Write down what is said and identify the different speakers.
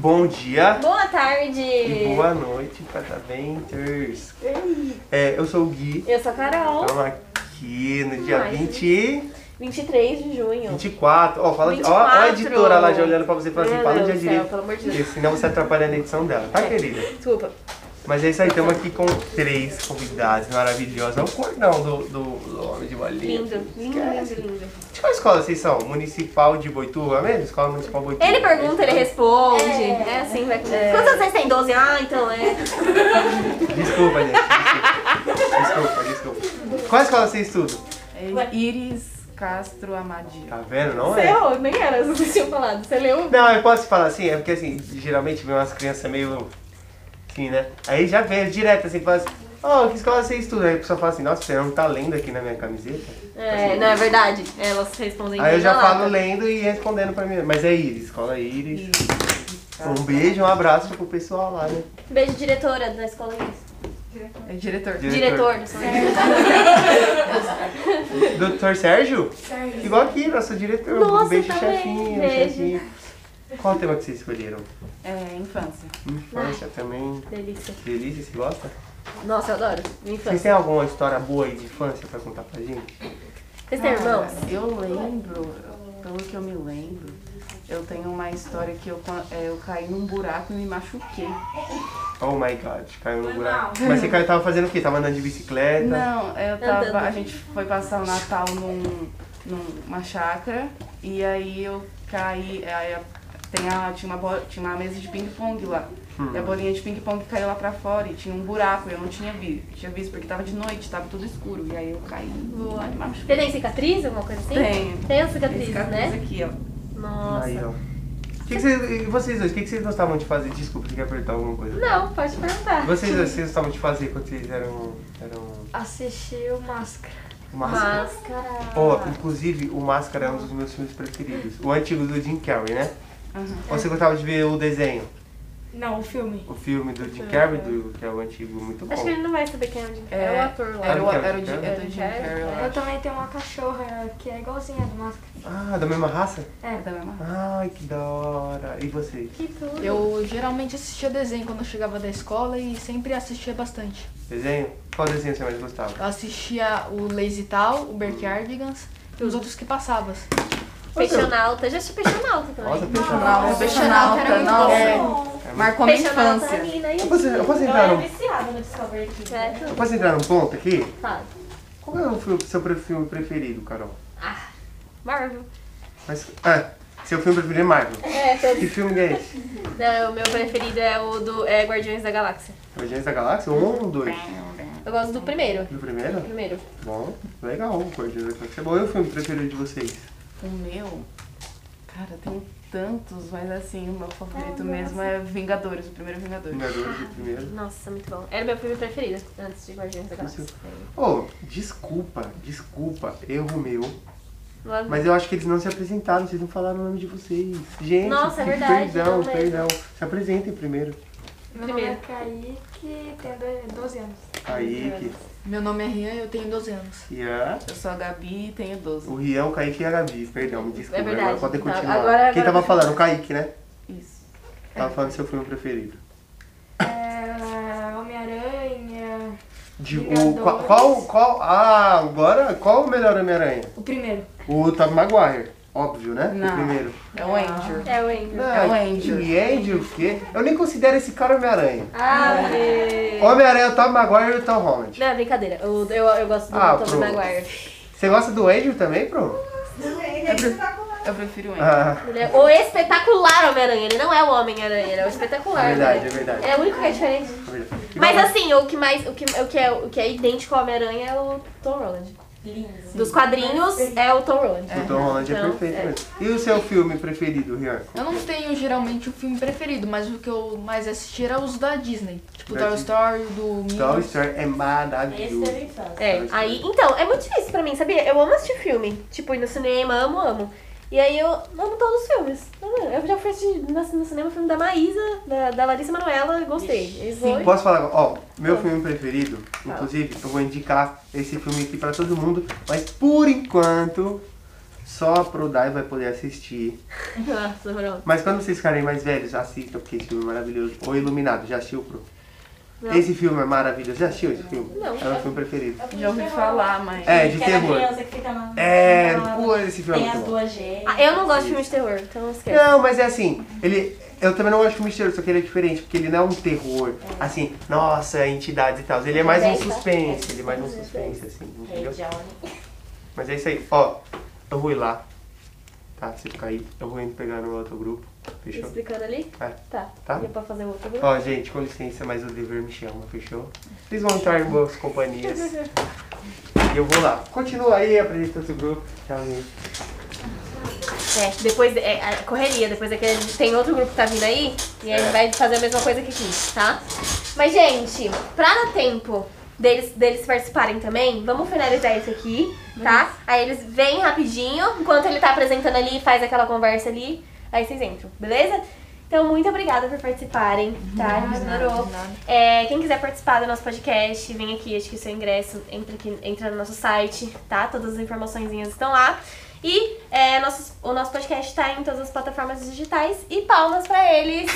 Speaker 1: Bom dia
Speaker 2: Boa tarde!
Speaker 1: e boa noite, Pataventers. É, eu sou o Gui.
Speaker 2: Eu sou a Carol,
Speaker 1: Estamos aqui no dia
Speaker 2: Mais, né?
Speaker 1: 20,
Speaker 2: 23 de junho.
Speaker 1: 24. Ó, fala, ó, ó a
Speaker 2: 24.
Speaker 1: editora lá já olhando pra você e falando assim,
Speaker 2: Meu
Speaker 1: fala o
Speaker 2: Deus
Speaker 1: dia
Speaker 2: do céu,
Speaker 1: direito.
Speaker 2: pelo amor de Deus.
Speaker 1: porque senão você atrapalha na edição dela, tá,
Speaker 2: É.
Speaker 1: querida?
Speaker 2: Desculpa.
Speaker 1: Mas é isso aí, estamos aqui com três convidados maravilhosos. É o cordão do, do, do homem de bolinha.
Speaker 2: Lindo, lindo, lindo, lindo.
Speaker 1: De qual escola vocês são? Municipal de Boituva mesmo? Escola Municipal Boituva.
Speaker 2: Ele pergunta, ele responde. É, assim, vai com. Quantos anos vocês têm? 12? Ah, então é.
Speaker 1: Desculpa, gente. Desculpa, desculpa. desculpa. Qual escola vocês estudam?
Speaker 3: É Iris Castro Amadia.
Speaker 1: Tá vendo? Não
Speaker 2: Você
Speaker 1: é?
Speaker 2: errou, nem era, vocês tinham falado. Você leu?
Speaker 1: Não, eu posso falar assim, é porque assim, geralmente vem umas crianças meio. Assim, né? Aí já vem direto assim, fala assim, oh, que escola você estuda? Aí a pessoa fala assim, nossa, você não tá lendo aqui na minha camiseta?
Speaker 2: É, não, é verdade. Elas respondem
Speaker 1: Aí eu
Speaker 2: bem
Speaker 1: já
Speaker 2: na lata.
Speaker 1: falo lendo e respondendo pra mim. Mas é Iris, escola Iris. Um beijo, um abraço pro pessoal lá, né?
Speaker 2: Beijo, diretora da escola Iris.
Speaker 3: É diretor.
Speaker 2: Diretor da escola Iris.
Speaker 1: Doutor Sérgio? Igual aqui, nosso diretor. um
Speaker 2: Nossa,
Speaker 1: beijo,
Speaker 2: também.
Speaker 1: chefinho,
Speaker 2: Beijo.
Speaker 1: chefinho. Qual o tema que vocês escolheram?
Speaker 3: É infância.
Speaker 1: Infância também.
Speaker 2: Delícia.
Speaker 1: Delícia, você gosta?
Speaker 2: Nossa, eu adoro. Minha
Speaker 1: Vocês
Speaker 2: infância.
Speaker 1: têm alguma história boa aí de infância pra contar pra gente?
Speaker 2: Vocês
Speaker 3: Ah,
Speaker 2: têm irmãos?
Speaker 3: Cara, Eu lembro, pelo que eu me lembro, eu tenho uma história que eu, quan- é, eu caí num buraco e me machuquei.
Speaker 1: Oh my god, caiu no buraco. Mas você caiu, tava fazendo o quê? Tava andando de bicicleta?
Speaker 3: Não, eu tava.
Speaker 2: Andando.
Speaker 3: A gente foi passar o Natal num, numa chácara e aí eu caí. é, Aí a- tem a- tinha, uma bo- tinha uma mesa de ping-pong lá.
Speaker 2: Hum.
Speaker 3: E a bolinha de ping-pong caiu lá pra fora e tinha um buraco, eu não tinha visto. Tinha visto porque tava de noite, tava tudo escuro. E aí eu caí e me
Speaker 2: Você
Speaker 3: machuquei.
Speaker 2: tem cicatriz, alguma coisa assim?
Speaker 3: Tenho.
Speaker 2: Tem as
Speaker 3: Tem
Speaker 2: cicatrizes,
Speaker 3: cicatriz
Speaker 2: né?
Speaker 3: aqui, ó.
Speaker 2: Nossa.
Speaker 1: Aí, ó. Que que vocês, e vocês dois, o que, que vocês gostavam de fazer? Desculpa, você quer apertar alguma coisa?
Speaker 2: Não, pode perguntar.
Speaker 1: Vocês dois, vocês gostavam de fazer quando vocês eram. eram
Speaker 4: Assisti o Máscara.
Speaker 1: máscara?
Speaker 2: Máscara.
Speaker 1: Ó, inclusive, o Máscara é um dos meus filmes preferidos. O antigo do Jim Carrey, né?
Speaker 3: Aham.
Speaker 1: Ou você gostava de ver o desenho?
Speaker 4: Não, o filme.
Speaker 1: O filme do Jim Carrey, do, que é o antigo, muito bom.
Speaker 2: Acho que ele não vai saber quem é o Jim Carrey. É, o ator lá.
Speaker 3: Era o,
Speaker 1: Jim Carrey,
Speaker 3: era o
Speaker 1: Jim
Speaker 3: Jim,
Speaker 1: Carrey.
Speaker 3: era o Jim Carrey, eu
Speaker 4: Eu
Speaker 3: acho.
Speaker 4: também tenho uma cachorra que é igualzinha do Máscara.
Speaker 1: Ah, da mesma raça?
Speaker 3: É da mesma raça.
Speaker 1: Ai, que da hora. E você?
Speaker 2: Que tudo.
Speaker 4: Eu geralmente assistia desenho quando eu chegava da escola e sempre assistia bastante.
Speaker 1: Desenho? Qual desenho você mais gostava?
Speaker 4: Eu assistia o Lazy Tal, o Berkardigans e os outros que passavam.
Speaker 2: Peixonauta. Já assisti Peixonauta também.
Speaker 1: Nossa,
Speaker 3: Ah,
Speaker 1: Peixonauta.
Speaker 3: o Peixonauta, nossa.
Speaker 1: É muito-
Speaker 3: Marcou minha
Speaker 2: Peixonauta
Speaker 3: infância.
Speaker 2: é linda.
Speaker 1: Eu
Speaker 2: hein?
Speaker 1: posso, eu posso entrar num,
Speaker 5: viciada no Discovery Kids.
Speaker 2: É,
Speaker 5: né?
Speaker 1: eu
Speaker 2: tudo.
Speaker 1: posso entrar num ponto aqui?
Speaker 2: Fala.
Speaker 1: Qual é o filme- seu pre- filme preferido, Carol?
Speaker 2: Marvel.
Speaker 1: Mas, ah, seu filme preferido é Marvel.
Speaker 2: É, todos.
Speaker 1: Que filme é esse?
Speaker 2: Não, o meu preferido é o do é Guardiões da Galáxia.
Speaker 1: Guardiões da Galáxia? Um ou um, dois?
Speaker 2: É. Eu gosto do primeiro.
Speaker 1: Do primeiro?
Speaker 2: O primeiro.
Speaker 1: Bom, legal. Guardiões da Galáxia é bom. E o filme preferido de vocês?
Speaker 3: O meu, cara, tem tantos, mas assim, o meu favorito mesmo é Vingadores, o primeiro Vingadores.
Speaker 1: Vingadores, o primeiro.
Speaker 2: Nossa, muito bom. Era o meu filme preferido antes de Guardiões da Galáxia.
Speaker 1: Ô, desculpa, desculpa, erro meu.
Speaker 2: Logo-
Speaker 1: Mas eu acho que eles não se apresentaram, vocês não falaram o nome de vocês. Gente,
Speaker 2: Nossa, é
Speaker 1: que
Speaker 2: verdade,
Speaker 1: perdão,
Speaker 2: não lembro.
Speaker 1: perdão. Se apresentem primeiro.
Speaker 4: Meu
Speaker 2: Primeiro.
Speaker 4: nome é Kaique. Kaique. Tenho do- 12 anos.
Speaker 1: Kaique.
Speaker 4: Meu nome é Rian e eu tenho 12 anos.
Speaker 1: E a...
Speaker 3: Eu sou a Gabi e tenho 12.
Speaker 1: O Rian, o Kaique e a Gabi. Perdão, me desculpa.
Speaker 2: É verdade.
Speaker 1: Agora podem
Speaker 2: Tá,
Speaker 1: continuar.
Speaker 2: agora-
Speaker 1: Quem
Speaker 2: agora-
Speaker 1: tava falando? O Kaique, né?
Speaker 3: Isso.
Speaker 1: Tava falando seu filme preferido.
Speaker 4: É, Homem-Aranha.
Speaker 1: De, o,
Speaker 4: Vingadores.
Speaker 1: qual, qual, qual- Ah, agora. Qual o melhor Homem-Aranha?
Speaker 4: O primeiro.
Speaker 1: O Tobey Maguire. Óbvio, né? O
Speaker 3: Não.
Speaker 1: primeiro.
Speaker 3: É o Andrew.
Speaker 2: É o Andrew.
Speaker 3: É o
Speaker 1: Ah,
Speaker 3: Andrew.
Speaker 1: E Andrew o quê? Eu nem considero esse cara Homem-Aranha.
Speaker 2: Ah, meu.
Speaker 1: Homem-Aranha, é o Tobey Maguire e o Tom Holland.
Speaker 2: Não, é brincadeira. Eu, eu, eu gosto do
Speaker 1: Ah,
Speaker 2: Tom Tobey
Speaker 1: pronto.
Speaker 2: Maguire.
Speaker 1: Você gosta do Andrew também, Pro?
Speaker 3: Eu prefiro o Andrew.
Speaker 1: Ah,
Speaker 2: Ele é o espetacular Homem-Aranha. Ele não é o Homem-Aranha, ele é o espetacular.
Speaker 1: é verdade, é
Speaker 2: Homem-Aranha.
Speaker 1: verdade.
Speaker 2: É o único que é diferente.
Speaker 1: É verdade.
Speaker 2: Mas assim, o que mais. O que, o que, é, o que é idêntico ao Homem-Aranha é o Tom Holland.
Speaker 5: Lindo.
Speaker 2: Dos quadrinhos é o Tom Holland.
Speaker 1: O Tom Holland é
Speaker 2: Então,
Speaker 1: perfeito
Speaker 2: é.
Speaker 1: mesmo. E o seu filme preferido, Rian?
Speaker 4: Eu não tenho geralmente o filme preferido, mas o que eu mais assisti era os da Disney. Tipo
Speaker 1: Da
Speaker 4: Toy
Speaker 1: Disney.
Speaker 4: Story, do Mickey.
Speaker 1: Toy Story é
Speaker 5: Esse
Speaker 1: maravilhoso.
Speaker 5: teve infância.
Speaker 1: tá,
Speaker 2: É, aí, então, é muito difícil pra mim, sabia? Eu amo assistir filme. Tipo, ir no cinema, amo, amo. E aí eu amo todos os filmes. Ah, Eu já fui assistir no no cinema o filme da Maísa, da, da Larissa Manoela, gostei. E vou-
Speaker 1: Posso falar agora? Ó, meu filme preferido, inclusive, eu vou indicar esse filme aqui pra todo mundo, mas por enquanto, só a Prodai vai poder assistir.
Speaker 2: Nossa, pronto.
Speaker 1: Mas quando vocês ficarem mais velhos, assistam, porque esse filme é maravilhoso. Ou Iluminado, já assistiu, Pro? Esse filme é maravilhoso. Já assistiu esse filme?
Speaker 2: Não.
Speaker 1: É meu filme preferido.
Speaker 3: Já ouvi falar, mas.
Speaker 1: É, de
Speaker 5: que era
Speaker 1: terror.
Speaker 5: criança que fica na.
Speaker 1: É,
Speaker 5: na-
Speaker 1: pô, esse filme
Speaker 5: Tem
Speaker 1: é
Speaker 5: as
Speaker 1: muito bom.
Speaker 5: duas gêmeas.
Speaker 2: Ah, eu não gosto de filme de terror, então esquece.
Speaker 1: Não, mas é assim, ele. Eu também não gosto de filme de terror, só que ele é diferente, porque ele não é um terror, assim, nossa, entidades e tal. Ele é mais um suspense, ele é mais um suspense, assim,
Speaker 5: Rei
Speaker 1: entendeu?
Speaker 5: Johnny.
Speaker 1: Mas é isso aí, ó. Eu vou ir lá. Tá, se ficar aí, eu vou indo pegar no outro grupo. Fechou?
Speaker 2: Explicando ali?
Speaker 1: É.
Speaker 2: Tá.
Speaker 1: Tá.
Speaker 2: E é pra fazer o outro grupo?
Speaker 1: Ó, gente, com licença, mas o dever me chama, fechou? Vocês vão entrar em boas companhias. E eu vou lá. Continua aí, apresenta o grupo. Tchau, gente.
Speaker 2: É, depois é, a correria, depois é que tem outro grupo que tá vindo aí e aí vai fazer a mesma coisa que quis, tá? Mas, gente, pra dar tempo deles, deles participarem também, vamos finalizar isso aqui, tá? Aí eles vêm rapidinho, enquanto ele tá apresentando ali, faz aquela conversa ali, aí vocês entram, beleza? Então, muito obrigada por participarem, tá? A gente adorou. É, quem quiser participar do nosso podcast, vem aqui, acho que o seu ingresso entra, aqui, entra no nosso site, tá? Todas as informaçõezinhas estão lá. E é, nossos- o nosso podcast tá em todas as plataformas digitais. E palmas pra eles!